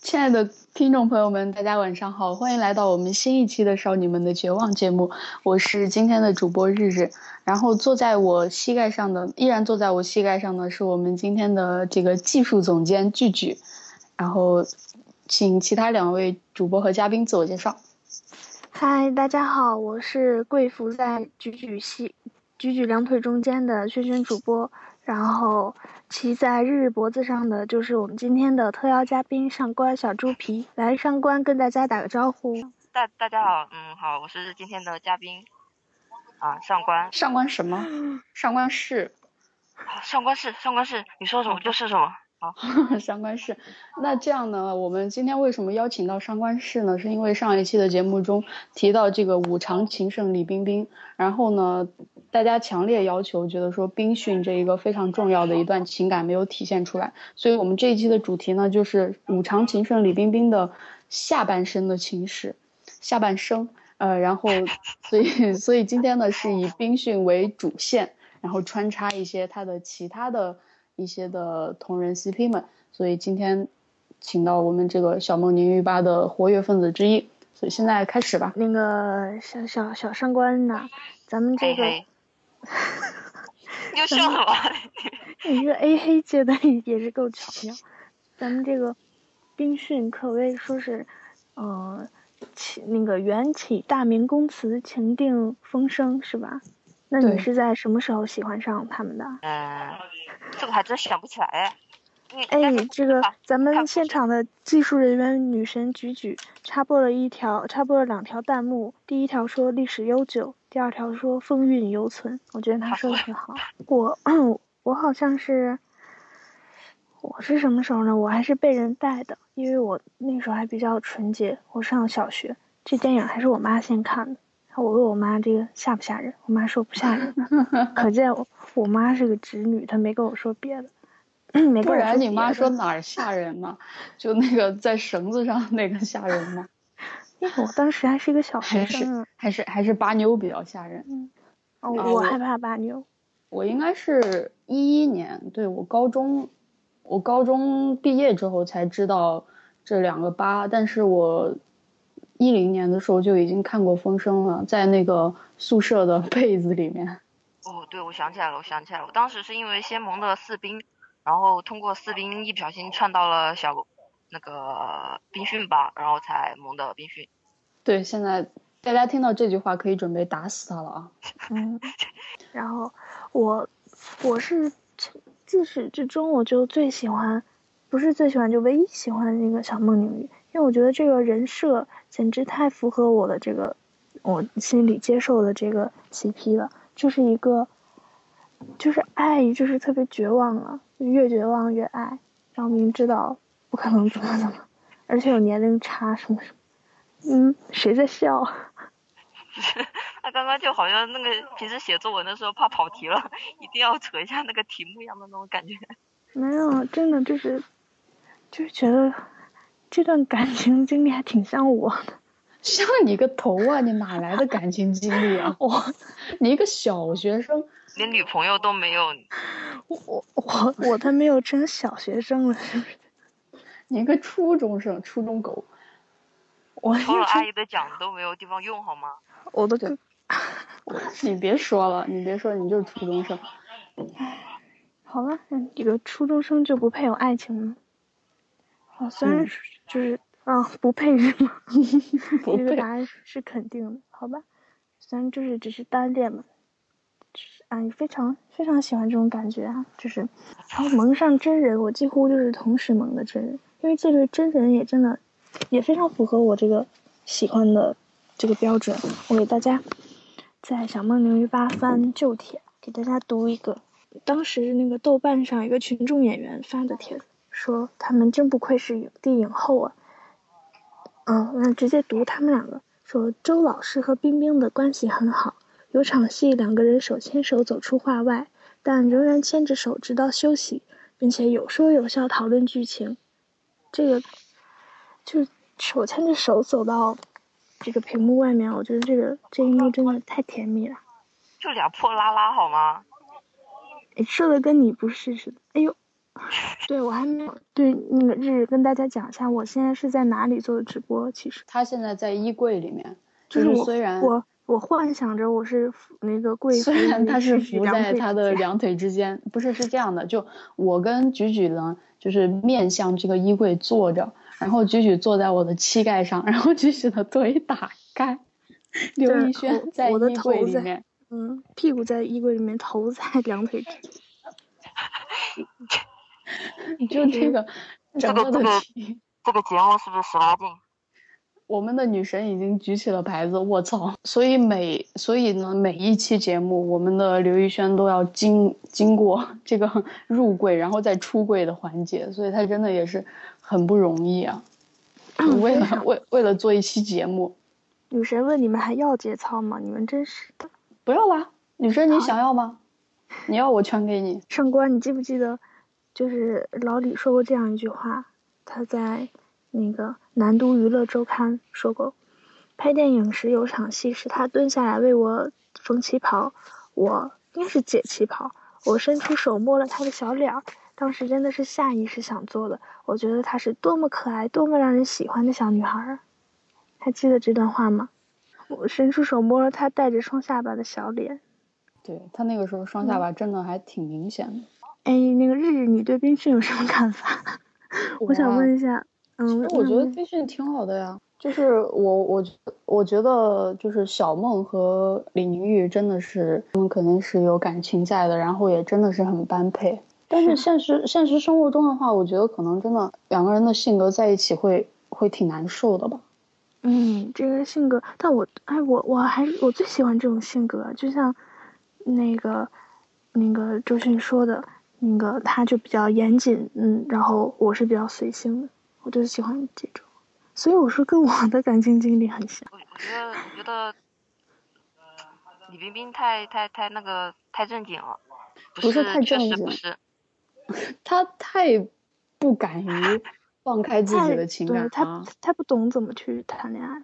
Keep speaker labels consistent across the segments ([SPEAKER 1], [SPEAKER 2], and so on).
[SPEAKER 1] 亲爱的听众朋友们，大家晚上好，欢迎来到我们新一期的《少女们的绝望》节目，我是今天的主播日日。然后坐在我膝盖上的，依然坐在我膝盖上的是我们今天的这个技术总监聚聚。然后，请其他两位主播和嘉宾自我介绍。
[SPEAKER 2] 嗨，大家好，我是跪伏在举举膝、举举两腿中间的轩轩主播，然后骑在日日脖子上的就是我们今天的特邀嘉宾上官小猪皮。来，上官跟大家打个招呼。
[SPEAKER 3] 大大家好，嗯，好，我是今天的嘉宾啊，上官，
[SPEAKER 1] 上官什么？上官是，
[SPEAKER 3] 啊上官是上官是，你说什么就是什么。
[SPEAKER 1] 上官氏，那这样呢？我们今天为什么邀请到上官氏呢？是因为上一期的节目中提到这个五常情圣李冰冰，然后呢，大家强烈要求觉得说冰训这一个非常重要的一段情感没有体现出来，所以我们这一期的主题呢就是五常情圣李冰冰的下半生的情史，下半生，呃，然后所以所以今天呢是以冰训为主线，然后穿插一些他的其他的。一些的同人 CP 们，所以今天请到我们这个小梦宁玉吧的活跃分子之一，所以现在开始吧。
[SPEAKER 2] 那个小小小上官呐，咱们这个，
[SPEAKER 3] 嘿 你又笑什么？
[SPEAKER 2] 你这 A 黑接的也是够巧妙。咱们这个冰训可谓说是，呃，起那个缘起大明宫词，情定风声，是吧？那
[SPEAKER 1] 对
[SPEAKER 2] 你是在什么时候喜欢上他们的？
[SPEAKER 3] 嗯，这个还真想不起来。你啊
[SPEAKER 2] 哎
[SPEAKER 3] 但是，
[SPEAKER 2] 这个
[SPEAKER 3] 吧
[SPEAKER 2] 咱
[SPEAKER 3] 看
[SPEAKER 2] 们
[SPEAKER 3] 不
[SPEAKER 2] 现
[SPEAKER 3] 出
[SPEAKER 2] 场的技术人员女神举举插播了一条，插播了两条弹幕。第一条说历史悠久，第二条说风韵犹存。我觉得她说的很好。我 我好像是，我是什么时候呢？我还是被人带的，因为我那时候还比较纯洁。我上小学，这电影还是我妈先看的。然后我问我妈这个吓不吓人，我妈说不 吓人。可见我我妈是个直女，她没跟我说别的。 没
[SPEAKER 1] 不
[SPEAKER 2] 跟我
[SPEAKER 1] 然你妈
[SPEAKER 2] 别的
[SPEAKER 1] 说哪儿吓人嘛？就那个在绳子上那个吓人吗？
[SPEAKER 2] 那个我当时还是一个小学
[SPEAKER 1] 还是
[SPEAKER 2] 生啊，
[SPEAKER 1] 还是还是拔牛比较吓人。
[SPEAKER 2] 哦，
[SPEAKER 1] 啊
[SPEAKER 2] 我
[SPEAKER 1] 我
[SPEAKER 2] 害怕巴妞。
[SPEAKER 1] 我应该是一一年，对我高中，我高中毕业之后才知道这两个八，但是我一零年的时候就已经看过《风声》了，在那个宿舍的被子里面。
[SPEAKER 3] 哦，对，我想起来了，我想起来了，我当时是因为先萌的四冰，然后通过四冰一不小心串到了小那个冰训吧，然后才萌的冰训。
[SPEAKER 1] 对，现在大家听到这句话可以准备打死他了啊！
[SPEAKER 2] 嗯，然后我我是从自始至终我就最喜欢，不是最喜欢就唯一喜欢那个小梦女，因为我觉得这个人设简直太符合我的这个我心里接受的这个 CP 了，就是一个就是爱就是特别绝望了，越绝望越爱，然后明知道不可能怎么怎么，而且有年龄差什么什么，嗯，谁在笑？
[SPEAKER 3] 他哎刚刚就好像那个平时写作文的时候怕跑题了，一定要扯一下那个题目一样的那种感觉。
[SPEAKER 2] 没有，真的就是，就是觉得这段感情经历还挺像我的。
[SPEAKER 1] 像你个头啊！你哪来的感情经历啊？ 我，你一个小学生，
[SPEAKER 3] 连女朋友都没有，
[SPEAKER 2] 我我我我他没有成小学生了，是不是？
[SPEAKER 1] 你一个初中生，初中狗。
[SPEAKER 2] 我
[SPEAKER 3] 抽了阿姨的奖都没有地方用好吗？
[SPEAKER 2] 我都跟
[SPEAKER 1] 你别说了，你别说，你就是初中生。
[SPEAKER 2] 好了，嗯一个初中生就不配有爱情吗？好，虽然
[SPEAKER 1] 嗯
[SPEAKER 2] 是就是啊，不配是吗？
[SPEAKER 1] 不
[SPEAKER 2] 这个
[SPEAKER 1] 对
[SPEAKER 2] 答，案是是肯定的，好吧？虽然就是只是单恋嘛，就是啊，非常非常喜欢这种感觉啊，就是，然后蒙上真人，我几乎就是同时蒙的真人，因为这个真人也真的也非常符合我这个喜欢的这个标准。我给大家在小梦牛鱼吧翻旧帖，给大家读一个，当时那个豆瓣上一个群众演员发的帖子，说他们真不愧是影帝影后啊，嗯，那直接读他们两个说，周老师和冰冰的关系很好，有场戏两个人手牵手走出画外，但仍然牵着手直到休息，并且有说有笑讨论剧情。这个就是手牵着手走到这个屏幕外面，我觉得这个这一幕真的太甜蜜了，
[SPEAKER 3] 就俩破拉拉好吗？
[SPEAKER 2] 诶说的跟你不是似的。哎呦，对我还没有对那个日日跟大家讲一下，我现在是在哪里做的直播？其实
[SPEAKER 1] 他现在在衣柜里面，
[SPEAKER 2] 就
[SPEAKER 1] 就是
[SPEAKER 2] 我
[SPEAKER 1] 虽然
[SPEAKER 2] 我我幻想着我是扶 那个贵妇，
[SPEAKER 1] 虽然他是
[SPEAKER 2] 扶
[SPEAKER 1] 伏在他的两腿之间，不是是这样的，就我跟菊菊呢，就是面向这个衣柜坐着，然后菊菊坐在我的膝盖上，然后菊菊的腿打开，刘
[SPEAKER 2] 对
[SPEAKER 1] 一轩
[SPEAKER 2] 我
[SPEAKER 1] 在
[SPEAKER 2] 我的
[SPEAKER 1] 衣柜
[SPEAKER 2] 头
[SPEAKER 1] 里
[SPEAKER 2] 在
[SPEAKER 1] 面，
[SPEAKER 2] 嗯，屁股在衣柜里面，头在 两腿之 间。
[SPEAKER 1] 就这个整
[SPEAKER 3] 这
[SPEAKER 1] 个
[SPEAKER 3] 个
[SPEAKER 1] 的
[SPEAKER 3] 这个
[SPEAKER 1] 体，
[SPEAKER 3] 这个节目是不是十八禁？
[SPEAKER 1] 我们的女神已经举起了牌子，我操！所以每所以呢，每一期节目，我们的刘一轩都要经经过这个入柜，然后再出柜的环节，所以他真的也是很不容易 啊。为
[SPEAKER 2] 非
[SPEAKER 1] 了
[SPEAKER 2] 常
[SPEAKER 1] 为为了做一期节目，
[SPEAKER 2] 嗯女神问你们还要节操吗？你们真是的。
[SPEAKER 1] 不要啦，女生你想要吗？你要我全给你。
[SPEAKER 2] 上官，你记不记得，就是老李说过这样一句话，他在那个《南都娱乐周刊》说过，拍电影时有场戏是他蹲下来为我缝旗袍，我应该是解旗袍，我伸出手摸了他的小脸儿，当时真的是下意识想做的，我觉得她是多么可爱、多么让人喜欢的小女孩儿，还记得这段话吗？我伸出手摸了她带着双下巴的小脸。
[SPEAKER 1] 对他那个时候双下巴真的还挺明显的。
[SPEAKER 2] 哎，那个日日，你对冰训有什么看法？我想
[SPEAKER 1] 哇
[SPEAKER 2] 问一下，嗯，
[SPEAKER 1] 啊那我觉得
[SPEAKER 2] 嗯
[SPEAKER 1] 飞讯挺好的呀，就是我我觉我觉得就是小梦和李宁玉真的是他们肯定是有感情在的，然后也真的是很般配。但是
[SPEAKER 2] 是
[SPEAKER 1] 现实现实生活中的话，我觉得可能真的两个人的性格在一起会会挺难受的吧。
[SPEAKER 2] 嗯，这个性格，但我哎，我我还是我最喜欢这种性格，就像那个那个周迅说的，那个他就比较严谨，嗯，然后我是比较随性的，我就喜欢这种，所以我说跟我的感情经历很像。
[SPEAKER 3] 我我觉得我觉得，呃，李冰冰太太太那个太正经了，不
[SPEAKER 1] 不
[SPEAKER 3] 是
[SPEAKER 1] 是太
[SPEAKER 3] 确
[SPEAKER 1] 正
[SPEAKER 3] 实
[SPEAKER 1] 经
[SPEAKER 3] 不是，
[SPEAKER 1] 他太不敢于放开自己
[SPEAKER 2] 太
[SPEAKER 1] 的情
[SPEAKER 2] 对
[SPEAKER 1] 感啊了、
[SPEAKER 2] 他他不懂怎么去谈恋爱，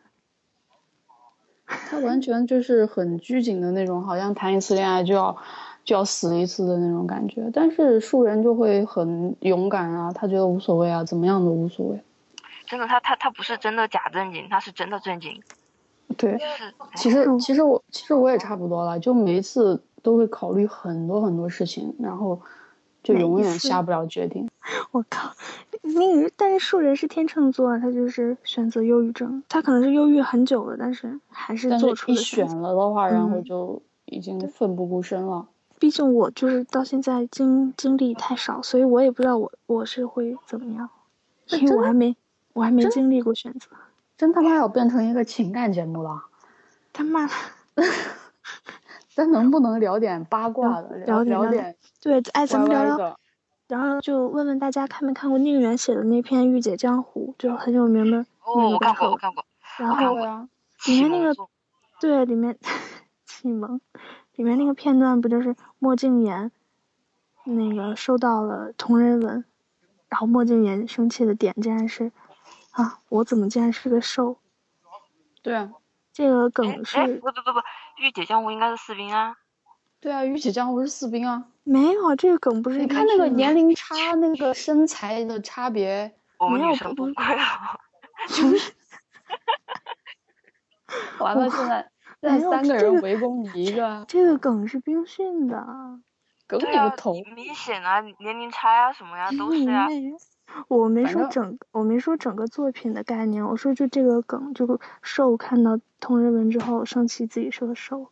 [SPEAKER 1] 他完全就是很拘谨的那种，好像谈一次恋爱就要就要死一次的那种感觉。但是树人就会很勇敢啊，他觉得无所谓啊，怎么样都无所谓。
[SPEAKER 3] 真的他他他不是真的假正经，他是真的正经，
[SPEAKER 1] 对，
[SPEAKER 3] 就是
[SPEAKER 1] 其实其实我其实我也差不多了，就每一次都会考虑很多很多事情，然后就永
[SPEAKER 2] 每
[SPEAKER 1] 远
[SPEAKER 2] 一次
[SPEAKER 1] 下不了决定。
[SPEAKER 2] 我靠，那个但是树人是天秤座，他就是选择忧郁症，他可能是忧郁很久了，但是还是
[SPEAKER 1] 但是
[SPEAKER 2] 做出
[SPEAKER 1] 一
[SPEAKER 2] 了
[SPEAKER 1] 选
[SPEAKER 2] 选择。
[SPEAKER 1] 了的话，然后
[SPEAKER 2] 嗯
[SPEAKER 1] 就已经奋不顾身了。
[SPEAKER 2] 毕竟我就是到现在经经历太少，所以我也不知道我我是会怎么样，
[SPEAKER 1] 那
[SPEAKER 2] 因为
[SPEAKER 1] 真
[SPEAKER 2] 我
[SPEAKER 1] 的
[SPEAKER 2] 还没我还没
[SPEAKER 1] 真
[SPEAKER 2] 经历过选择。
[SPEAKER 1] 真他妈要变成一个情感节目了，
[SPEAKER 2] 他妈的，
[SPEAKER 1] 咱能不能聊点八卦的，
[SPEAKER 2] 聊
[SPEAKER 1] 聊
[SPEAKER 2] 聊点
[SPEAKER 1] 点
[SPEAKER 2] 对， 哎，咱
[SPEAKER 1] 歪
[SPEAKER 2] 们聊
[SPEAKER 1] 歪
[SPEAKER 2] 聊，
[SPEAKER 1] 的？
[SPEAKER 2] 然后就问问大家看没看过宁远写的那篇《御姐江湖》，就是很有名的
[SPEAKER 3] 哦，
[SPEAKER 2] 那
[SPEAKER 3] 我
[SPEAKER 2] 个
[SPEAKER 3] 看
[SPEAKER 2] 背
[SPEAKER 3] 过我
[SPEAKER 2] 后。
[SPEAKER 3] 看过，
[SPEAKER 2] 然
[SPEAKER 3] 看
[SPEAKER 2] 后
[SPEAKER 3] 过
[SPEAKER 1] 对啊，
[SPEAKER 2] 里
[SPEAKER 3] 启
[SPEAKER 2] 面那
[SPEAKER 3] 蒙
[SPEAKER 2] 个
[SPEAKER 3] 作
[SPEAKER 2] 对，里面启蒙，里面那个片段不就是莫敬言那个收到了同人文，然后莫敬言生气的点竟然是啊，我怎么竟然是个兽？
[SPEAKER 1] 对啊，
[SPEAKER 2] 这个
[SPEAKER 3] 哎
[SPEAKER 2] 梗
[SPEAKER 3] 哎
[SPEAKER 2] 是
[SPEAKER 3] 不不不不，御姐江湖应该是士兵啊，
[SPEAKER 1] 对啊，《雨起江湖》是四兵啊。
[SPEAKER 2] 没有这个梗不是
[SPEAKER 1] 你
[SPEAKER 2] 应该
[SPEAKER 1] 看那个
[SPEAKER 2] 是吗
[SPEAKER 1] 年龄差、那个身材的差别，
[SPEAKER 3] 我们
[SPEAKER 2] 没
[SPEAKER 3] 女
[SPEAKER 2] 有
[SPEAKER 3] 神
[SPEAKER 2] 不
[SPEAKER 3] 崩
[SPEAKER 2] 不
[SPEAKER 3] 溃了，
[SPEAKER 1] 完了现在现在
[SPEAKER 2] 没有
[SPEAKER 1] 哎三个
[SPEAKER 2] 这
[SPEAKER 1] 人
[SPEAKER 2] 个
[SPEAKER 1] 围攻你一 个，
[SPEAKER 2] 这个梗是冰训的，
[SPEAKER 1] 梗
[SPEAKER 3] 对
[SPEAKER 1] 你
[SPEAKER 3] 啊
[SPEAKER 1] 个头！
[SPEAKER 3] 你明显啊，年龄差呀、什么
[SPEAKER 2] 嗯
[SPEAKER 3] 呀都是啊呀、
[SPEAKER 2] 妹我没
[SPEAKER 1] 啊反
[SPEAKER 2] 说
[SPEAKER 1] 正
[SPEAKER 2] 整，我没说整个作品的概念，我说就这个梗，就是兽看到同人文之后生气自己是个兽。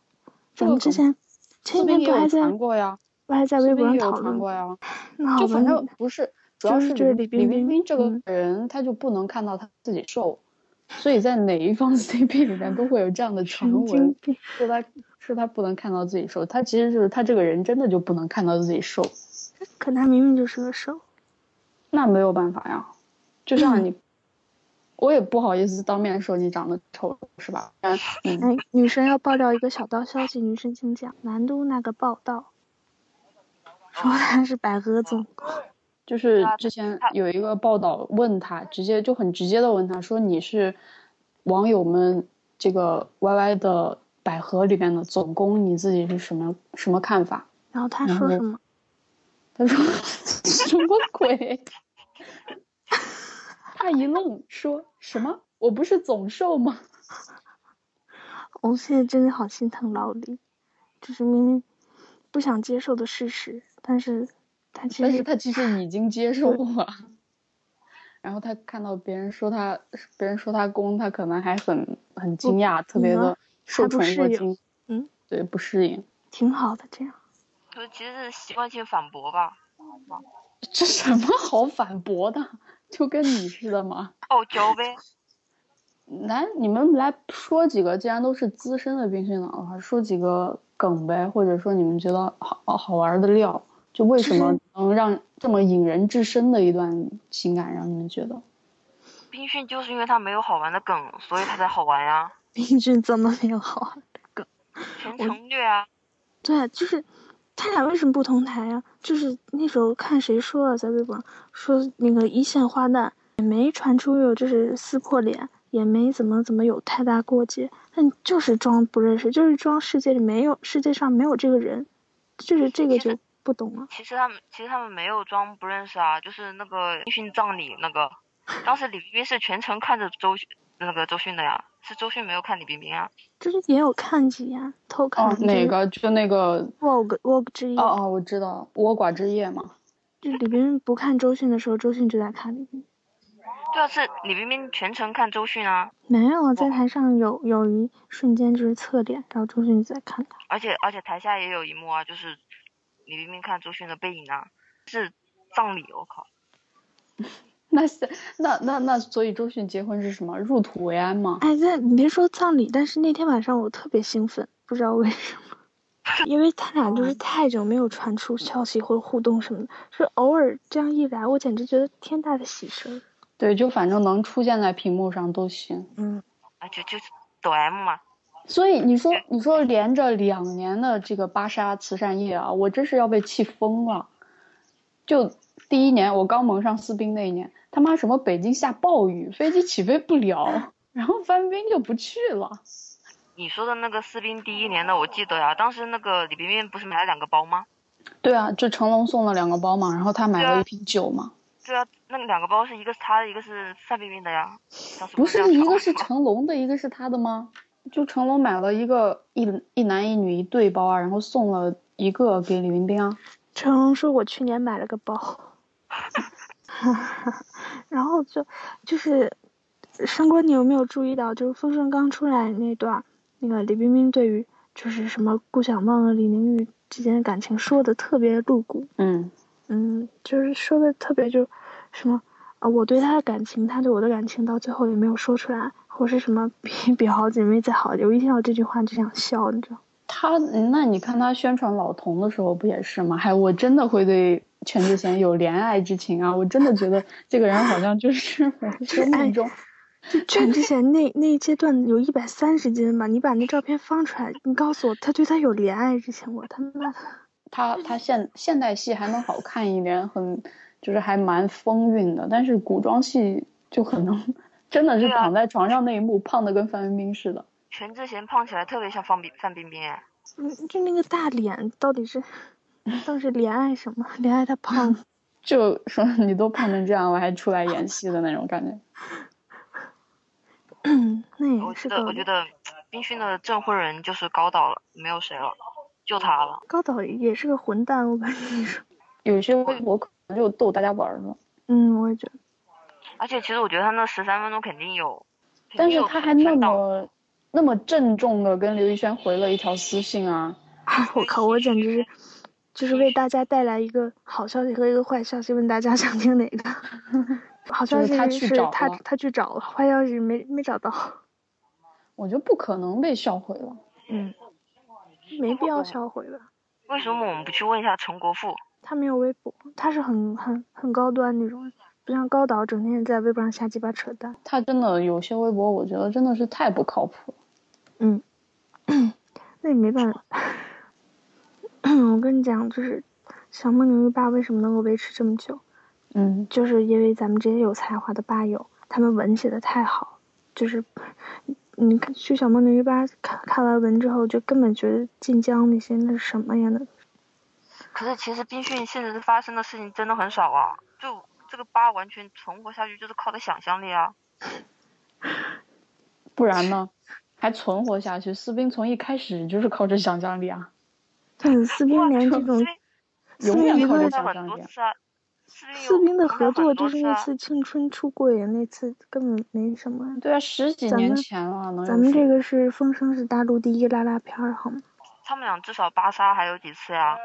[SPEAKER 1] 这
[SPEAKER 2] 咱们
[SPEAKER 1] 个
[SPEAKER 2] 之
[SPEAKER 1] 梗
[SPEAKER 2] 前
[SPEAKER 1] 士
[SPEAKER 2] 前几
[SPEAKER 1] 兵
[SPEAKER 2] 天
[SPEAKER 1] 也
[SPEAKER 2] 不还
[SPEAKER 1] 有
[SPEAKER 2] 在
[SPEAKER 1] 传过呀，
[SPEAKER 2] 不还在微
[SPEAKER 1] 士
[SPEAKER 2] 博
[SPEAKER 1] 兵
[SPEAKER 2] 上
[SPEAKER 1] 也有
[SPEAKER 2] 讨
[SPEAKER 1] 传
[SPEAKER 2] 论
[SPEAKER 1] 过
[SPEAKER 2] 过？
[SPEAKER 1] 呀，
[SPEAKER 2] 那好
[SPEAKER 1] 就
[SPEAKER 2] 吧
[SPEAKER 1] 反正
[SPEAKER 2] 你
[SPEAKER 1] 不是，主要
[SPEAKER 2] 就是
[SPEAKER 1] 是
[SPEAKER 2] 这个
[SPEAKER 1] 李
[SPEAKER 2] 李冰
[SPEAKER 1] 李
[SPEAKER 2] 冰
[SPEAKER 1] 冰这个
[SPEAKER 2] 嗯
[SPEAKER 1] 人，他就不能看到他自己瘦，所以在哪一方 CP 里面都会有这样的传
[SPEAKER 2] 神经
[SPEAKER 1] 闻，
[SPEAKER 2] 病。
[SPEAKER 1] 说他说他不能看到自己瘦，他其实就是他这个人真的就不能看到自己瘦。
[SPEAKER 2] 可他明明就是个兽。
[SPEAKER 1] 那没有办法呀，就像你，我也不好意思当面说你长得丑，是吧？嗯，
[SPEAKER 2] 哎，女神要爆料一个小道消息，女神请讲。南都那个报道说他是百合总
[SPEAKER 1] 就是
[SPEAKER 3] 他
[SPEAKER 1] 之前
[SPEAKER 3] 他
[SPEAKER 1] 有一个报道问他，直接就很直接的问他说你是网友们这个 YY 的百合里面的总攻，你自己是什么什么看法？
[SPEAKER 2] 然后他
[SPEAKER 1] 然
[SPEAKER 2] 说
[SPEAKER 1] 后
[SPEAKER 2] 什么？
[SPEAKER 1] 他说什么鬼？ 他一愣说什么？我不是总兽吗？
[SPEAKER 2] 我哦现在真的好心疼老李，就是明明不想接受的事实，但是他其
[SPEAKER 1] 但是
[SPEAKER 2] 实
[SPEAKER 1] 他其实已经接受了。 然后他看到别人说他，别人说他攻，他可能还很很惊讶，特别
[SPEAKER 2] 你
[SPEAKER 1] 的
[SPEAKER 2] 呢
[SPEAKER 1] 受
[SPEAKER 2] 还嗯不
[SPEAKER 1] 宠若
[SPEAKER 2] 适应
[SPEAKER 1] 惊。
[SPEAKER 2] 嗯，
[SPEAKER 1] 对，不适应。
[SPEAKER 2] 挺好的，这样
[SPEAKER 3] 就是其实是习惯性反驳吧。
[SPEAKER 1] 这什么好反驳的？ 就跟你似的嘛。
[SPEAKER 3] 傲娇呗，
[SPEAKER 1] 来，你们来说几个，既然都是资深的冰训党的话，说几个梗呗，或者说你们觉得好哦好玩的料，就为什么能让这么引人至深的一段情感让你们觉
[SPEAKER 2] 哦
[SPEAKER 1] 得？
[SPEAKER 3] 冰训就是因为它没有好玩的梗，所以它才好玩呀、
[SPEAKER 2] 英俊怎么没有好 玩的梗？
[SPEAKER 3] 全程虐啊。
[SPEAKER 2] 对，就是他俩为什么不同台啊？就是那时候看谁说了，在微博上说那个一线花旦也没传出有就是撕破脸，也没怎么怎么有太大过节，但就是装不认识，就是装世界里没有世界上没有这个人，就是这个
[SPEAKER 3] 其实
[SPEAKER 2] 就不懂了。
[SPEAKER 3] 其实他们其实他们没有装不认识啊，就是那个军训葬礼那个，当时李冰冰是全程看着周迅那个周迅的呀，是周迅没有看李冰冰啊。
[SPEAKER 2] 就是也有看几眼，偷看、
[SPEAKER 1] 哦，哪个？就那个，
[SPEAKER 2] ？Vogue Vogue 之
[SPEAKER 3] 嗯
[SPEAKER 2] 夜，
[SPEAKER 1] 哦哦，我知道，倭瓜之夜嘛。
[SPEAKER 2] 就是李冰冰不看周迅的时候，周迅就在看李冰冰。
[SPEAKER 3] 对啊，是李冰冰全程看周迅啊，
[SPEAKER 2] 没有啊，在
[SPEAKER 1] 哦
[SPEAKER 2] 台上有有一瞬间就是侧脸，然后周迅就在看他。
[SPEAKER 3] 而且而且台下也有一幕啊，就是李冰冰看周迅的背影啊，是葬礼，我靠，
[SPEAKER 1] 那是那那那，所以周迅结婚是什么？入土为安嘛。
[SPEAKER 2] 哎，但你别说葬礼，但是那天晚上我特别兴奋，不知道为什么， 因为他俩
[SPEAKER 1] 哦
[SPEAKER 2] 就是太久没有传出消息或者互动什么的，是偶尔这样一来，我简直觉得天大的喜事儿。
[SPEAKER 1] 对，就反正能出现在屏幕上都行。
[SPEAKER 2] 嗯，
[SPEAKER 3] 啊就就是抖 M 嘛，
[SPEAKER 1] 所以你说，你说连着两年的这个芭莎慈善夜啊，我真是要被气疯了。就第一年我刚蒙上私兵那一年，他妈什么北京下暴雨，飞机起飞不了，然后范冰就不去了。
[SPEAKER 3] 你说的那个私兵第一年的我记得呀、当时那个李冰冰不是买了两个包吗？
[SPEAKER 1] 对啊，就成龙送了两个包嘛，然后他买
[SPEAKER 3] 对
[SPEAKER 1] 了
[SPEAKER 3] 啊
[SPEAKER 1] 一瓶酒嘛，
[SPEAKER 3] 对啊，那两个包是一个是他的，一个是范冰冰的呀。当时
[SPEAKER 1] 不
[SPEAKER 3] 这
[SPEAKER 1] 是
[SPEAKER 3] 样
[SPEAKER 1] 一
[SPEAKER 3] 吵
[SPEAKER 1] 个是
[SPEAKER 3] 吗
[SPEAKER 1] 成龙的，一个是他的吗？就成龙买了一个一一男一女一对包啊，然后送了一个给李冰冰啊。
[SPEAKER 2] 成龙说我去年买了个包， 然后就就是，生哥，你有没有注意到，就是《风声》刚出来那段儿，那个李冰冰对于就是什么顾小梦啊和李宁玉之间的感情说的特别露骨。
[SPEAKER 1] 嗯，
[SPEAKER 2] 嗯，就是说的特别就什么啊，我对他的感情，他对我的感情，到最后也没有说出来，或是什么 比比好姐妹再好。我一听到这句话就想笑，你知道？
[SPEAKER 1] 他嗯那你看他宣传老童的时候不也是吗？还我真的会对全智贤有怜爱之情啊！我真的觉得这个人好像就是 我生
[SPEAKER 3] 哎
[SPEAKER 1] 命中
[SPEAKER 2] 就全智贤哎那那一阶段有一百三十斤吧，你把那照片放出来，你告诉我他对他有怜爱之情，我他妈的
[SPEAKER 1] 他他现现代戏还能好看一点，很就是还蛮风韵的，但是古装戏就可能 真的是
[SPEAKER 3] 对啊
[SPEAKER 1] 躺在床上那一幕，胖的跟范冰冰似的。
[SPEAKER 3] 全智贤胖起来特别像范冰范冰冰哎，
[SPEAKER 2] 嗯就那个大脸到底是到底是怜爱什么？怜爱他胖，
[SPEAKER 1] 就说 你都胖成这样了，还出来演戏的那种感觉。
[SPEAKER 2] 那
[SPEAKER 1] 嗯
[SPEAKER 3] 我
[SPEAKER 2] 也
[SPEAKER 3] 觉
[SPEAKER 2] 是
[SPEAKER 3] 得
[SPEAKER 2] 高
[SPEAKER 3] 我觉得冰勋的证婚人就是高导了，没有谁了，就他了。
[SPEAKER 2] 高导也是个混蛋，我跟你 说，
[SPEAKER 1] 有些微博可能就逗大家玩儿了，
[SPEAKER 2] 嗯，我也觉得。
[SPEAKER 3] 而且其实我觉得他那十三分钟肯定有，肯
[SPEAKER 1] 但
[SPEAKER 3] 定
[SPEAKER 1] 是
[SPEAKER 3] 有
[SPEAKER 1] 他还那
[SPEAKER 3] 存档
[SPEAKER 1] 么那么郑重的跟刘亦菲回了一条私信啊，
[SPEAKER 3] 哎
[SPEAKER 2] 我靠！我简直是，就是为大家带来一个好消息和一个坏消息，问大家想听哪 个？好消
[SPEAKER 1] 就是
[SPEAKER 2] 息
[SPEAKER 1] 他去
[SPEAKER 2] 是
[SPEAKER 1] 找
[SPEAKER 2] 他
[SPEAKER 1] 了
[SPEAKER 2] 他去找了，坏消息没没找到，
[SPEAKER 1] 我觉得不可能被销毁了。
[SPEAKER 2] 没
[SPEAKER 3] 哦
[SPEAKER 2] 必要销毁吧？
[SPEAKER 3] 为什么我们不去问一下陈国富？
[SPEAKER 2] 他没有微博，他是很很很高端那种，不像高导整天在微博上瞎鸡巴扯淡。
[SPEAKER 1] 他真的有些微博，我觉得真的是太不靠谱了。
[SPEAKER 2] 那也没办法。 我跟你讲，就是小梦牛一爸为什么能够维持这么久，
[SPEAKER 1] 嗯，
[SPEAKER 2] 就是因为咱们这些有才华的吧友，他们文写的太好，就是你看去小梦的鱼吧看看完文之后，就根本觉得晋江那些那是什么呀？那
[SPEAKER 3] 可是其实冰训现实发生的事情真的很少啊，就这个疤完全存活下去就是靠的想象力啊。
[SPEAKER 1] 不然呢？还存活下去？斯宾从一开始就是靠着想象力啊，
[SPEAKER 2] 对，斯宾连这种
[SPEAKER 3] 斯宾
[SPEAKER 2] 斯
[SPEAKER 1] 永
[SPEAKER 2] 宾
[SPEAKER 1] 远
[SPEAKER 2] 一
[SPEAKER 1] 靠着
[SPEAKER 2] 个
[SPEAKER 3] 存在
[SPEAKER 1] 想
[SPEAKER 3] 很
[SPEAKER 1] 象
[SPEAKER 3] 多
[SPEAKER 1] 力啊。
[SPEAKER 3] 次啊，斯宾
[SPEAKER 2] 斯
[SPEAKER 3] 有
[SPEAKER 2] 宾的
[SPEAKER 3] 存在
[SPEAKER 2] 合作就
[SPEAKER 3] 很多
[SPEAKER 2] 是
[SPEAKER 3] 次
[SPEAKER 2] 那
[SPEAKER 3] 啊
[SPEAKER 2] 次青春出柜，那次根本没什么。
[SPEAKER 1] 对啊，十几
[SPEAKER 2] 咱
[SPEAKER 1] 年
[SPEAKER 2] 们
[SPEAKER 1] 前了，能
[SPEAKER 2] 咱
[SPEAKER 1] 有
[SPEAKER 2] 们
[SPEAKER 1] 谁
[SPEAKER 2] 这个是《风声》是大陆第一拉拉片儿，好吗？
[SPEAKER 3] 他们俩至少巴萨还有几次呀、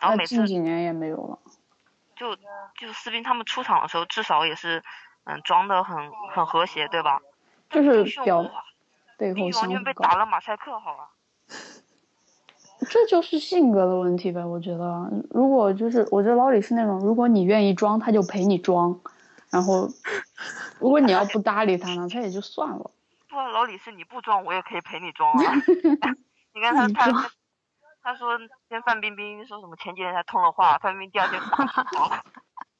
[SPEAKER 3] 然
[SPEAKER 1] 那
[SPEAKER 3] 后每
[SPEAKER 1] 呃近
[SPEAKER 3] 次
[SPEAKER 1] 几年也没有了。
[SPEAKER 3] 就就斯宾他们出场的时候，至少也是嗯装的很很和谐，对吧？
[SPEAKER 1] 就
[SPEAKER 3] 冰
[SPEAKER 1] 是
[SPEAKER 3] 训
[SPEAKER 1] 表
[SPEAKER 3] 哇
[SPEAKER 1] 背
[SPEAKER 3] 冰
[SPEAKER 1] 后
[SPEAKER 3] 训完
[SPEAKER 1] 相
[SPEAKER 3] 全被
[SPEAKER 1] 互
[SPEAKER 3] 打
[SPEAKER 1] 搞，
[SPEAKER 3] 了马赛克，好吧？
[SPEAKER 1] 这就是性格的问题呗。我觉得，如果就是我觉得老李是那种，如果你愿意装，他就陪你装，然 后如果你要不搭理他呢，他也就算了。
[SPEAKER 3] 不啊，老李是你不装，我也可以陪你装 啊。你看他
[SPEAKER 1] 你
[SPEAKER 3] 他
[SPEAKER 1] 装
[SPEAKER 3] 他说跟范冰冰说什么前几天才通了话，范冰冰第二天打起来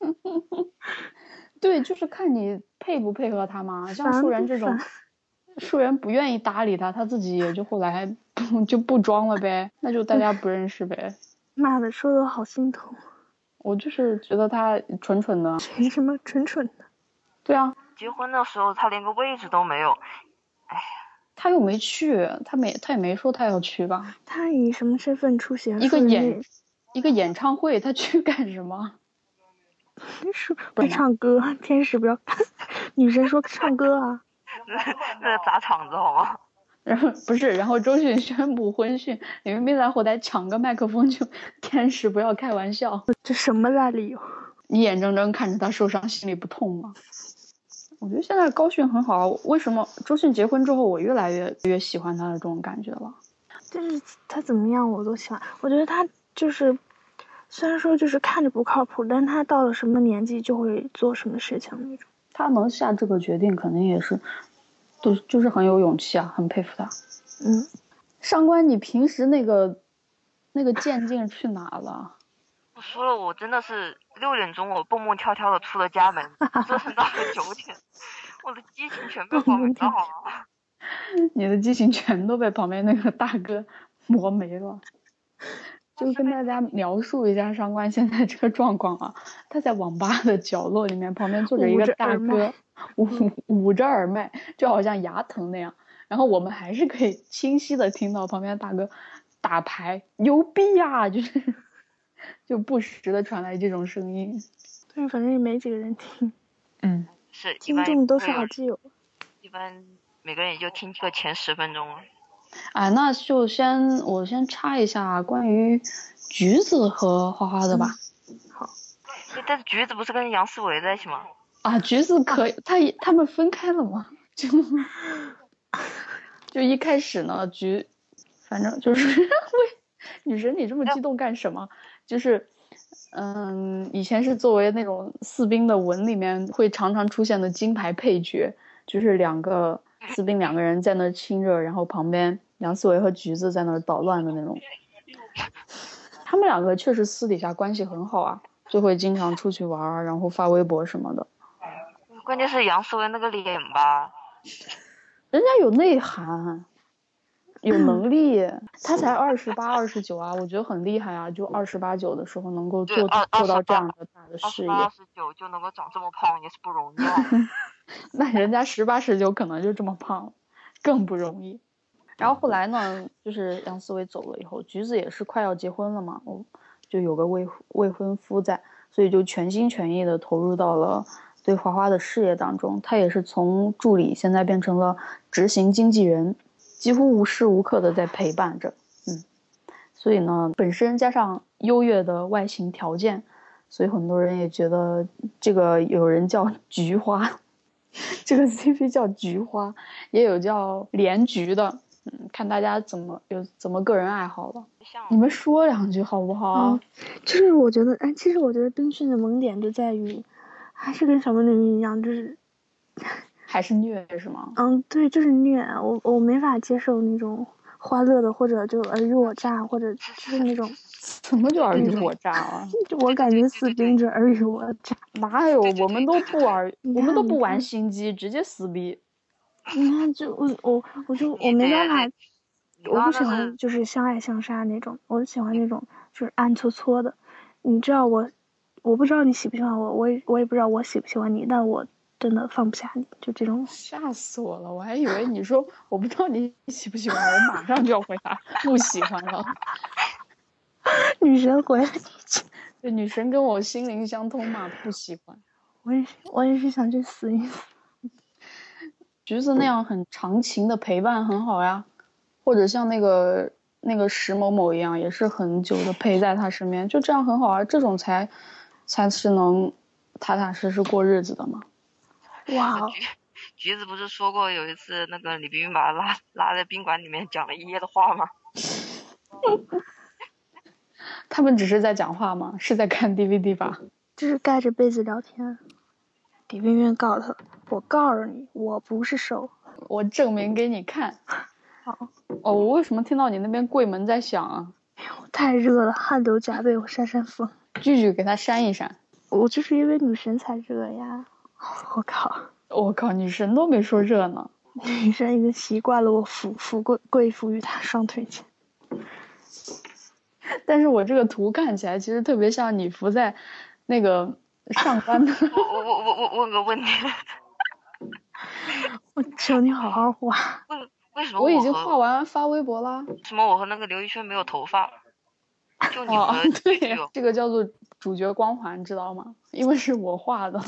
[SPEAKER 3] 了
[SPEAKER 1] 对，就是看你配不配合他嘛。像
[SPEAKER 2] 烦
[SPEAKER 1] 树
[SPEAKER 2] 不
[SPEAKER 1] 人这种
[SPEAKER 2] 烦，
[SPEAKER 1] 树人不愿意搭理他，他自己也就后来 还不就不装了呗，那就大家不认识呗。
[SPEAKER 2] 妈的，说的我好心疼，
[SPEAKER 1] 我就是觉得他蠢蠢的，
[SPEAKER 2] 纯什么蠢蠢的。
[SPEAKER 1] 对啊，
[SPEAKER 3] 结婚的时候他连个位置都没有，
[SPEAKER 1] 他又没去，他没他也没说他要去吧？
[SPEAKER 2] 他以什么身份出席了
[SPEAKER 1] 一个
[SPEAKER 2] 树人
[SPEAKER 1] 演一个演唱会，他去干什么？
[SPEAKER 2] 那树
[SPEAKER 1] 本来
[SPEAKER 2] 会唱歌，天使不要看。 女神说唱歌啊，
[SPEAKER 3] 那砸场子好吗？
[SPEAKER 1] 然后不是，然后周迅宣布婚讯，李冰冰在后台抢个麦克风就天使不要开玩笑，
[SPEAKER 2] 这什么烂理由？
[SPEAKER 1] 你眼睁睁看着他受伤，心里不痛吗？我觉得现在高迅很好，为什么周迅结婚之后，我越来越越喜欢她的这种感觉了？
[SPEAKER 2] 就是他怎么样我都喜欢。我觉得他就是，虽然说就是看着不靠谱，但他到了什么年纪就会做什么事情那种。
[SPEAKER 1] 她能下这个决定，肯定也是，都就是很有勇气啊，很佩服她。
[SPEAKER 2] 嗯，
[SPEAKER 1] 上官，你平时那个那个渐进去哪了？
[SPEAKER 3] 我说了，我真的是六点钟我蹦蹦跳跳的出了 家门，折腾到了九点，我的激情全被
[SPEAKER 2] 蹦
[SPEAKER 3] 火没
[SPEAKER 2] 蹦
[SPEAKER 3] 了，
[SPEAKER 2] 跳
[SPEAKER 3] 好吗？
[SPEAKER 1] 你的激情全都被旁边那个大哥磨没 了。就跟大家描述一下上官现在这个状况啊，他在网吧的角落里面，旁边坐着一
[SPEAKER 2] 捂
[SPEAKER 1] 个
[SPEAKER 2] 着
[SPEAKER 1] 大
[SPEAKER 2] 耳麦
[SPEAKER 1] 哥，捂捂着耳麦，就好像牙疼那样。然后我们还是可以清晰的听到旁边大哥打牌，牛逼啊！就是就不时的传来这种声音。
[SPEAKER 2] 但是反正也没几个人听，
[SPEAKER 1] 嗯，
[SPEAKER 3] 是，一
[SPEAKER 2] 听
[SPEAKER 3] 般
[SPEAKER 2] 众都
[SPEAKER 3] 会
[SPEAKER 2] 是
[SPEAKER 3] 有
[SPEAKER 1] 啊
[SPEAKER 2] 好基友。
[SPEAKER 3] 一般每个人也就听个前十分钟了。
[SPEAKER 1] 哎，那就先我先插一下关于橘子和花花的吧。
[SPEAKER 3] 哎但是橘子不是跟杨思维在一起吗？
[SPEAKER 1] 啊，橘子可以，他一他们分开了吗？就就一开始呢，橘，反正就是 为女神你这么激动干什么？就是，嗯，以前是作为那种四兵的文里面会常常出现的金牌配角，就是两个四兵两个人在那儿亲热，然后旁边杨思维和橘子在那儿捣乱的那种。他们两个确实私底下关系很好啊，就会经常出去玩儿，啊然后发微博什么的。
[SPEAKER 3] 关键是杨思维那个脸吧，
[SPEAKER 1] 人家有内涵，有能 力，他才二十八、二十九啊，我觉得很厉害啊！就二十八九的时候能够
[SPEAKER 3] 对
[SPEAKER 1] 做
[SPEAKER 3] 二
[SPEAKER 1] 做到
[SPEAKER 3] 28
[SPEAKER 1] 这样的大的
[SPEAKER 3] 二
[SPEAKER 1] 事
[SPEAKER 3] 十
[SPEAKER 1] 业
[SPEAKER 3] 八、，二十九就能够长这么胖也是不 容易啊。
[SPEAKER 1] 那人家十八、十九可能就这么胖了，更不容易。然后后来呢，就是杨思维走了以后，橘子也是快要结婚了嘛，我就有个未未婚夫在，所以就全心全意的投入到了对华华的事业当中。他也是从助理现在变成了执行经纪人，几乎无时无刻的在陪伴着。嗯，所以呢，本身加上优越的外形条件，所以很多人也觉得这个有人叫 菊花， 这个 CP 叫菊花，也有叫莲菊的。嗯，看大家怎么有怎么个人爱好了。
[SPEAKER 3] 像
[SPEAKER 1] 你们说两句好不好？
[SPEAKER 2] 嗯就是我觉得，哎，其实我觉得冰训的萌点就在于，还是跟小魔女一样，就是，
[SPEAKER 1] 还是虐是吗？
[SPEAKER 2] 嗯，对，就是虐。我我没法接受那种欢乐的，或者就尔虞我诈，或者就是那种，
[SPEAKER 1] 怎么就尔虞我诈了？
[SPEAKER 2] 就我感觉四兵就是尔虞我诈。
[SPEAKER 1] 哪有？我们都不玩，
[SPEAKER 2] 你
[SPEAKER 1] 我
[SPEAKER 2] 看
[SPEAKER 1] 们都
[SPEAKER 2] 你
[SPEAKER 1] 不玩
[SPEAKER 2] 看
[SPEAKER 1] 心机，直接撕 逼。
[SPEAKER 2] 你看，就我我我就我
[SPEAKER 3] 你
[SPEAKER 2] 没
[SPEAKER 3] 这
[SPEAKER 2] 办法
[SPEAKER 3] 你，
[SPEAKER 2] 我
[SPEAKER 3] 刚
[SPEAKER 2] 不
[SPEAKER 3] 刚
[SPEAKER 2] 喜
[SPEAKER 3] 那
[SPEAKER 2] 欢
[SPEAKER 3] 是
[SPEAKER 2] 就是相爱相杀那种，我喜欢那种就是暗搓搓的，你知道我，我不知道你喜不喜欢我，我也我也不知道我喜不喜欢你，但我真的放不下你，就这种。
[SPEAKER 1] 吓死我了！我还以为你说我不知道你喜不喜欢，我马上就要回答不喜欢了。
[SPEAKER 2] 女神回来，
[SPEAKER 1] 这女神跟我心灵相通嘛，不喜欢。
[SPEAKER 2] 我也是，我也是想去死一死。
[SPEAKER 1] 橘子那样很长情的陪伴很好呀，或者像那个那个石某某一样，也是很久的陪在他身边，就这样很好啊。这种才才是能踏踏实实过日子的嘛。
[SPEAKER 2] 哇哦，
[SPEAKER 3] 橘橘子不是说过有一次那个李冰冰把他拉拉在宾馆里面讲了一夜的话吗？
[SPEAKER 1] 他们只是在讲话吗？是在看 DVD 吧？
[SPEAKER 2] 就是盖着被子聊天。李冰冰告他，我告诉你，我不是手。
[SPEAKER 1] 我证明给你看。
[SPEAKER 2] 好，
[SPEAKER 1] 哦，我为什么听到你那边柜门在响啊？
[SPEAKER 2] 我太热了，汗流浃背，我扇扇风。
[SPEAKER 1] 句句给他扇一扇。
[SPEAKER 2] 我就是因为女神才热呀。 我靠，
[SPEAKER 1] 我靠，女神都没说热呢。
[SPEAKER 2] 女神已经习惯了我俯俯跪跪伏于她双腿间。
[SPEAKER 1] 但是我这个图看起来其实特别像你伏在那个上班的
[SPEAKER 3] 我我我我我问个问题，
[SPEAKER 2] 我求你好好啊画。
[SPEAKER 3] 为什么
[SPEAKER 1] 我已经
[SPEAKER 3] 和
[SPEAKER 1] 画完发微博啦。
[SPEAKER 3] 为什么我和那个刘一轩没有头发？就你
[SPEAKER 1] 哦
[SPEAKER 3] 和，
[SPEAKER 1] 对
[SPEAKER 3] 橘子
[SPEAKER 1] 呀
[SPEAKER 3] 有，
[SPEAKER 1] 这个叫做主角光环，知道吗？因为是我画的，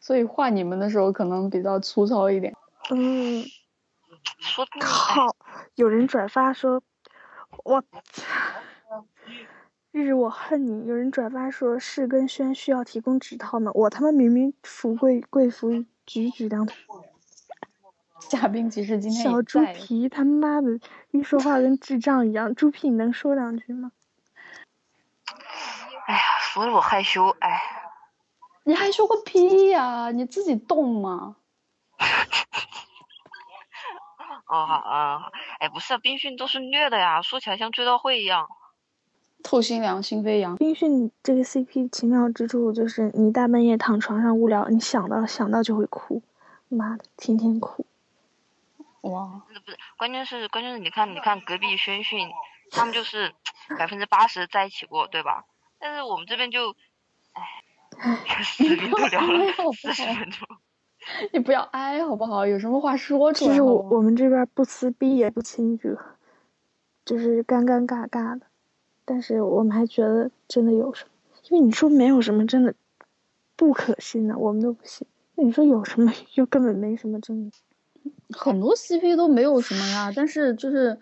[SPEAKER 1] 所以画你们的时候可能比较粗糙一点。
[SPEAKER 2] 嗯，
[SPEAKER 3] 说哎
[SPEAKER 2] 靠！有人转发说，我操，日我恨你。有人转发说是跟轩需要提供指套吗？我他妈明明服贵贵服举举两腿，
[SPEAKER 1] 嘉宾其实今天
[SPEAKER 2] 小
[SPEAKER 1] 也
[SPEAKER 2] 猪
[SPEAKER 1] 在，
[SPEAKER 2] 皮他妈的一说话跟智障一样。猪皮，你能说两句吗？
[SPEAKER 3] 哎呀，所以我害羞，哎，
[SPEAKER 1] 你还说个屁呀、你自己动嘛？
[SPEAKER 3] 哦好啊，哎不是啊，冰训都是虐的呀，说起来像追悼会一样。
[SPEAKER 1] 透心凉，心飞扬。
[SPEAKER 2] 冰训这个 CP 奇妙之处就是，你大半夜躺床上无聊，你想到想到就会哭，妈的，天天哭。
[SPEAKER 1] 哇，
[SPEAKER 3] 不是，关键是关键是你看你看隔壁轩训，他们就是百分之八十在一起过，对吧？但是我们这边就，哎，视频都聊 了
[SPEAKER 1] 哎
[SPEAKER 3] 四十分钟，
[SPEAKER 1] 你不要哀好不好？有什么话说出来
[SPEAKER 2] 其实
[SPEAKER 1] 好
[SPEAKER 2] 我
[SPEAKER 1] 不好
[SPEAKER 2] 我们这边不撕逼也不亲热，就是干干尬尬的，但是我们还觉得真的有什么，因为你说没有什么真的不可信呢、我们都不信。那你说有什么又根本没什么证据。
[SPEAKER 1] 很多 CP 都没有什么呀，但是就是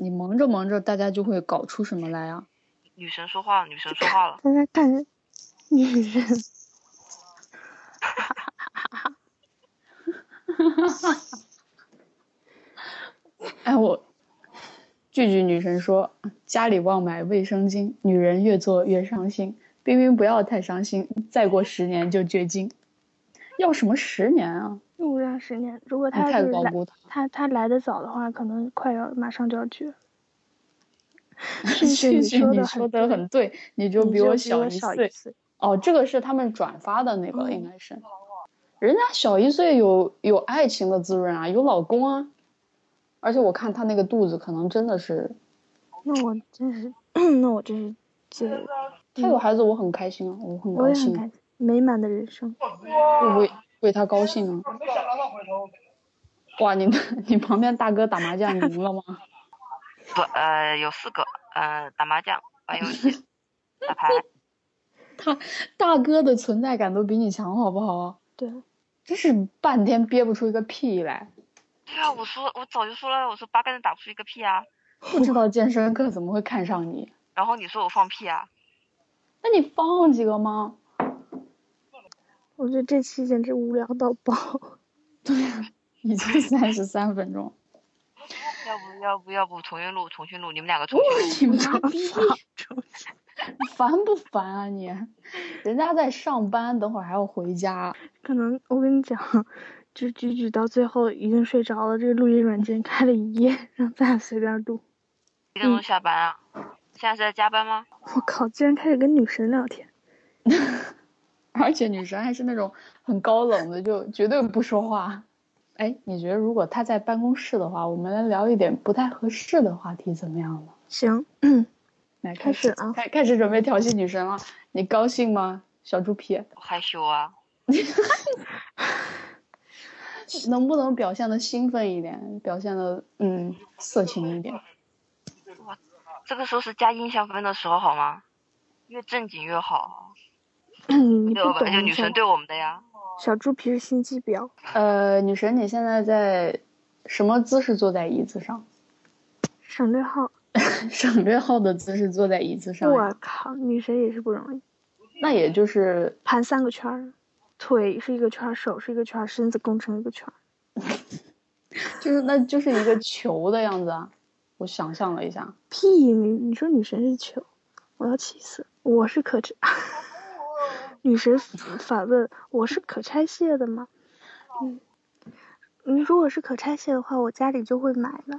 [SPEAKER 1] 你蒙着蒙着，大家就会搞出什么来啊。
[SPEAKER 3] 女神说话了，女神说话了，
[SPEAKER 2] 大家看，女人，
[SPEAKER 1] 哎，我句句女神说家里忘买卫生巾，女人越做越伤心。冰冰不要太伤心，再过十年就绝经。要什么十年啊？
[SPEAKER 2] 又让十年，如果
[SPEAKER 1] 你
[SPEAKER 2] 他
[SPEAKER 1] 太
[SPEAKER 2] 哎就是
[SPEAKER 1] 高
[SPEAKER 2] 来
[SPEAKER 1] 估他。
[SPEAKER 2] 他他来的早的话，可能快要马上就 要绝了。是不是
[SPEAKER 1] 句
[SPEAKER 2] 你
[SPEAKER 1] 句
[SPEAKER 2] 说
[SPEAKER 1] 你
[SPEAKER 2] 的
[SPEAKER 1] 说
[SPEAKER 2] 很
[SPEAKER 1] 的很对，你就
[SPEAKER 2] 你
[SPEAKER 1] 比
[SPEAKER 2] 就
[SPEAKER 1] 我
[SPEAKER 2] 比
[SPEAKER 1] 小
[SPEAKER 2] 我
[SPEAKER 1] 一
[SPEAKER 2] 小一
[SPEAKER 1] 岁。
[SPEAKER 2] 岁
[SPEAKER 1] 哦，这个是他们转发的那个，
[SPEAKER 2] 嗯
[SPEAKER 1] 应该是。人家小一岁有有爱情的滋润啊，有老公啊，而且我看她那个肚子可能真的是，
[SPEAKER 2] 那我真是， 那我真是 这个。
[SPEAKER 1] 她有孩子我很开心啊，我很
[SPEAKER 2] 嗯我
[SPEAKER 1] 高
[SPEAKER 2] 也很
[SPEAKER 1] 兴
[SPEAKER 2] 开
[SPEAKER 1] 啊，
[SPEAKER 2] 心，美满的人生。
[SPEAKER 1] 我为为她高兴啊。
[SPEAKER 4] 没想到他回头。
[SPEAKER 1] 哇，你你旁边大哥打麻将赢了吗？
[SPEAKER 3] 不呃有四个，呃打麻将、玩游戏、打牌，
[SPEAKER 1] 大哥的存在感都比你强，好不好？
[SPEAKER 2] 对，
[SPEAKER 1] 真是半天憋不出一个屁来，
[SPEAKER 3] 对啊，我说我早就说了，我说八竿子打不出一个屁啊。
[SPEAKER 1] 不知道健身课怎么会看上你？
[SPEAKER 3] 然后你说我放屁啊？
[SPEAKER 1] 那你放几个吗？
[SPEAKER 2] 我觉得这期简直无聊到爆。
[SPEAKER 1] 已经三十三分钟，
[SPEAKER 3] 要不要不要不重新录重新录，你们两个重新录。
[SPEAKER 1] 你妈逼，
[SPEAKER 2] 出
[SPEAKER 1] 烦不烦啊你？人家在上班，等会儿还要回家。
[SPEAKER 2] 可能我跟你讲，就举举到最后已经睡着了，这个录音软件开了一夜，让大家随便录。
[SPEAKER 3] 几点钟下班啊？现在是在加班吗？
[SPEAKER 2] 我靠，竟然开始跟女神聊天，
[SPEAKER 1] 而且女神还是那种很高冷的，就绝对不说话。哎，你觉得如果她在办公室的话，我们来聊一点不太合适的话题怎么样呢？
[SPEAKER 2] 行，
[SPEAKER 1] 来
[SPEAKER 2] 开始啊，
[SPEAKER 1] 开开始准备调戏女神了，你高兴吗，小猪皮？
[SPEAKER 3] 我害羞啊，
[SPEAKER 1] 能不能表现的兴奋一点，表现的嗯色情一点？
[SPEAKER 3] 这个时候是加印象分的时候好吗？越正经越好，啊
[SPEAKER 2] 你
[SPEAKER 3] 对
[SPEAKER 2] 不
[SPEAKER 3] 吧？
[SPEAKER 2] 懂
[SPEAKER 3] 就女神对我们的呀，
[SPEAKER 2] 小猪皮是心机婊，
[SPEAKER 1] 呃，女神，你现在在什么姿势坐在椅子上？
[SPEAKER 2] 省略号。
[SPEAKER 1] 省略号的姿势坐在椅子上，
[SPEAKER 2] 我靠，女神也是不容易，
[SPEAKER 1] 那也就是
[SPEAKER 2] 盘三个圈儿，腿是一个圈儿，手是一个圈儿，身子弓成一个圈儿。
[SPEAKER 1] 就是那就是一个球的样子啊。我想象了一下，
[SPEAKER 2] 屁！你你说女神是球，我要气死！我是可拆， 女神反问：我是可拆卸的吗？嗯，你如果是可拆卸的话，我家里就会买的。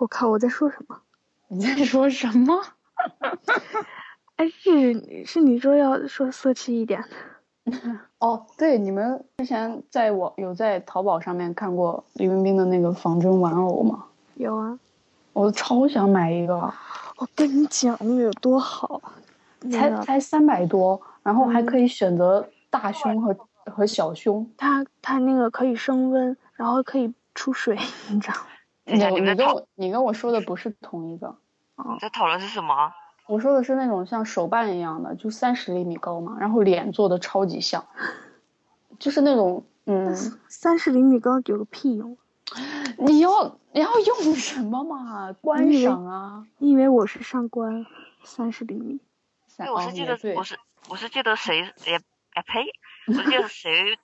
[SPEAKER 2] 我靠！我在说什么？
[SPEAKER 1] 你在说什么？
[SPEAKER 2] 哎，是是你说要说色气一点的，
[SPEAKER 1] 哦，对，你们之前在我有在淘宝上面看过李冰冰的那个仿真玩偶吗？
[SPEAKER 2] 有啊！
[SPEAKER 1] 我超想买一个，啊
[SPEAKER 2] 我跟你讲，那个有多好，那
[SPEAKER 1] 才
[SPEAKER 2] 个
[SPEAKER 1] 才三百多，然后还
[SPEAKER 2] 嗯
[SPEAKER 1] 可以选择大胸和和小胸。
[SPEAKER 2] 它它那个可以升温，然后可以出水，你知道吗？
[SPEAKER 1] 你
[SPEAKER 3] 等一下哎
[SPEAKER 1] 你
[SPEAKER 3] 你们
[SPEAKER 1] 跟
[SPEAKER 3] 讨
[SPEAKER 1] 我你跟我说的不是同一个，
[SPEAKER 3] 你在讨论是什么啊？
[SPEAKER 1] 我说的是那种像手办一样的，就三十厘米高嘛，然后脸做的超级像，就是那种嗯，
[SPEAKER 2] 三十厘米高有个屁用！
[SPEAKER 1] 你要你要用什么 嘛？观
[SPEAKER 2] 你以为
[SPEAKER 1] 赏啊，
[SPEAKER 2] 因为我是上官，三十厘米。
[SPEAKER 1] 三
[SPEAKER 3] 哎对，我
[SPEAKER 1] 哦
[SPEAKER 3] 是记
[SPEAKER 1] 也
[SPEAKER 3] 得
[SPEAKER 1] 对
[SPEAKER 3] 我是我是记得谁也哎呸，我记得谁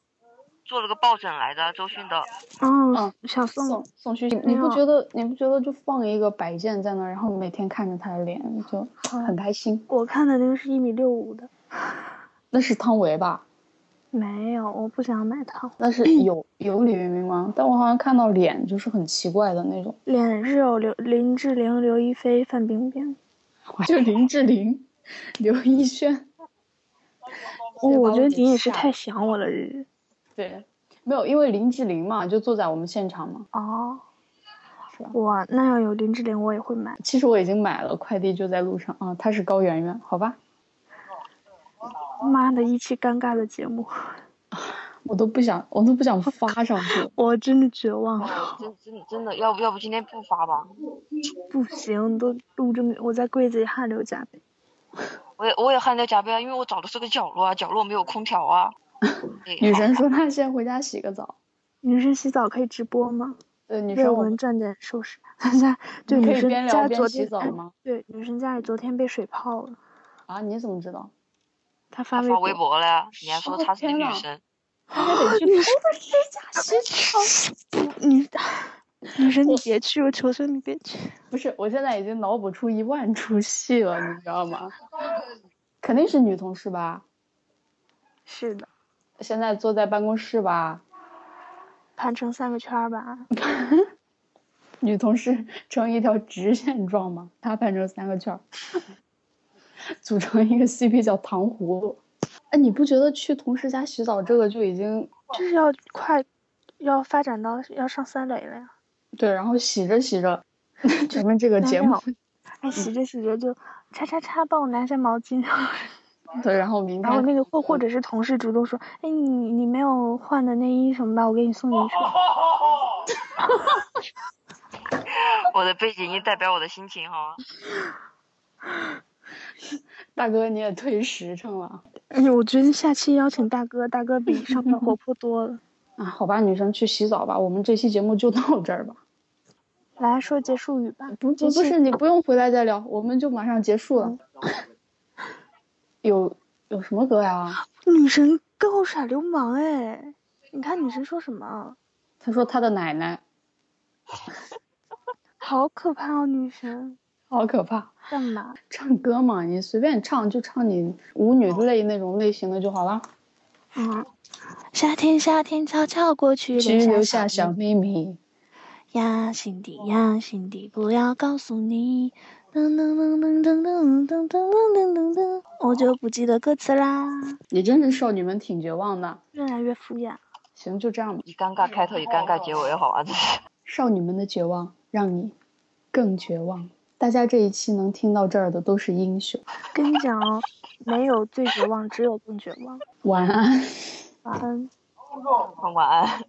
[SPEAKER 3] 做了个抱枕来着，周迅的。
[SPEAKER 2] 哦
[SPEAKER 1] 嗯，
[SPEAKER 2] 小宋，
[SPEAKER 1] 宋宋旭，
[SPEAKER 2] 没
[SPEAKER 1] 你不
[SPEAKER 2] 有
[SPEAKER 1] 觉得你不觉得就放一个摆件在那儿，然后每天看着他的脸就
[SPEAKER 2] 啊
[SPEAKER 1] 很开心？
[SPEAKER 2] 我看的那个是一米六五的，
[SPEAKER 1] 那是汤唯吧？
[SPEAKER 2] 没有，我不想买它，
[SPEAKER 1] 那是有有李冰冰吗？但我好像看到脸就是很奇怪的那种，
[SPEAKER 2] 脸是有刘林志玲、刘亦菲、范冰冰。
[SPEAKER 1] 就林志玲、刘亦 轩。直
[SPEAKER 2] 哦，
[SPEAKER 1] 接把
[SPEAKER 2] 我觉得
[SPEAKER 1] 给
[SPEAKER 2] 你也是
[SPEAKER 1] 吓
[SPEAKER 2] 太想我了，日日。
[SPEAKER 1] 对，没有，因为林志玲嘛，就坐在我们现场嘛。
[SPEAKER 2] 哦
[SPEAKER 1] 是啊吧，
[SPEAKER 2] 哇，那要有林志玲我也会买。
[SPEAKER 1] 其实我已经买了，快递就在路上啊。她是高圆圆，好吧，
[SPEAKER 2] 妈的，一期尴尬的节目，
[SPEAKER 1] 我都不想，我都不想发上去。
[SPEAKER 2] 我真的绝望了。
[SPEAKER 3] 哦真真真的，要不要不今天不发吧？
[SPEAKER 2] 不行，都录这么，我在柜子里汗流浃背。
[SPEAKER 3] 我也我也汗流浃背啊，因为我找的是个角落啊，角落没有空调啊。哎
[SPEAKER 1] 女
[SPEAKER 3] 好
[SPEAKER 1] 神说她先回家洗个澡。
[SPEAKER 2] 女生洗澡可以直播吗？
[SPEAKER 1] 对，女
[SPEAKER 2] 为
[SPEAKER 1] 生我
[SPEAKER 2] 我
[SPEAKER 1] 们
[SPEAKER 2] 们赚点收视。 大家对
[SPEAKER 1] 你可
[SPEAKER 2] 女
[SPEAKER 1] 以
[SPEAKER 2] 生
[SPEAKER 1] 边
[SPEAKER 2] 家
[SPEAKER 1] 聊边
[SPEAKER 2] 昨
[SPEAKER 1] 洗
[SPEAKER 2] 天
[SPEAKER 1] 澡吗？
[SPEAKER 2] 对女生家里昨天被水泡了，
[SPEAKER 1] 啊，你怎么知道？
[SPEAKER 2] 她发微
[SPEAKER 3] 发
[SPEAKER 2] 博。
[SPEAKER 3] 微博了呀，你还说
[SPEAKER 1] 我的
[SPEAKER 3] 她是
[SPEAKER 1] 天
[SPEAKER 3] 女
[SPEAKER 1] 呐
[SPEAKER 3] 神，
[SPEAKER 1] 他还得去偷着指
[SPEAKER 2] 啊
[SPEAKER 1] 甲洗澡。
[SPEAKER 2] 女 女生你别去，我求求你别去。
[SPEAKER 1] 不是，我现在已经脑补出一万出戏了，你知道 吗？肯定是女同事吧？
[SPEAKER 2] 是的，
[SPEAKER 1] 现在坐在办公室吧？
[SPEAKER 2] 盘成三个圈儿吧。
[SPEAKER 1] 女同事 成一条直线状嘛，她盘成三个圈儿， 组成一个 CP 叫糖葫芦。哎，你不觉得去同事家洗澡这个就已经
[SPEAKER 2] 就是要快，要发展到要上三垒了呀。
[SPEAKER 1] 对？然后洗着洗着，咱们这 个节目
[SPEAKER 2] 哎，洗着洗着就，叉叉叉，帮我拿下毛 巾。
[SPEAKER 1] 对，然后明
[SPEAKER 2] 然后
[SPEAKER 1] 天
[SPEAKER 2] 那个或或者是同事主动说，哎，你你没有换的内衣什么的，我给你送你一双。
[SPEAKER 3] 我的背景音代表我的心情好吗？
[SPEAKER 1] 大哥你也忒实诚了
[SPEAKER 2] 哎 呦，我觉得下期邀请大哥，大哥比上班活泼多 了。
[SPEAKER 1] 啊！好吧，女生去洗澡吧，我们这期节目就到这儿吧。
[SPEAKER 2] 来说结束语吧，
[SPEAKER 1] 不不
[SPEAKER 2] 就
[SPEAKER 1] 不
[SPEAKER 2] 是
[SPEAKER 1] 是，嗯你不用回来再聊，我们就马上结束了。 有有什么歌呀？
[SPEAKER 2] 女神跟我耍流氓哎！你看女神说什么？啊
[SPEAKER 1] 他说他的奶奶
[SPEAKER 2] 好可怕哦，女神
[SPEAKER 1] 好可怕。
[SPEAKER 2] 干嘛？
[SPEAKER 1] 唱歌嘛，你随便唱，就唱你舞女类那种类型的就好了。
[SPEAKER 2] 嗯，夏天夏天悄悄过去，
[SPEAKER 1] 只留下
[SPEAKER 2] 哦下
[SPEAKER 1] 小秘密，
[SPEAKER 2] 呀，心底呀，心底不要告诉你。噔噔噔噔噔噔噔噔噔噔噔，我就不记得歌词啦，
[SPEAKER 1] 你真是少女们挺绝望的。
[SPEAKER 2] 越来越敷衍。
[SPEAKER 1] 行，就这样吧。
[SPEAKER 3] 以尴尬开头，以尴尬结尾，好吗？这是。
[SPEAKER 1] 少女们的绝望，让你更绝望。大家这一期能听到这儿的都是英雄。
[SPEAKER 2] 跟你讲哦，没有最绝望，只有更绝望。
[SPEAKER 1] 晚安。
[SPEAKER 2] 晚安。
[SPEAKER 3] 晚安。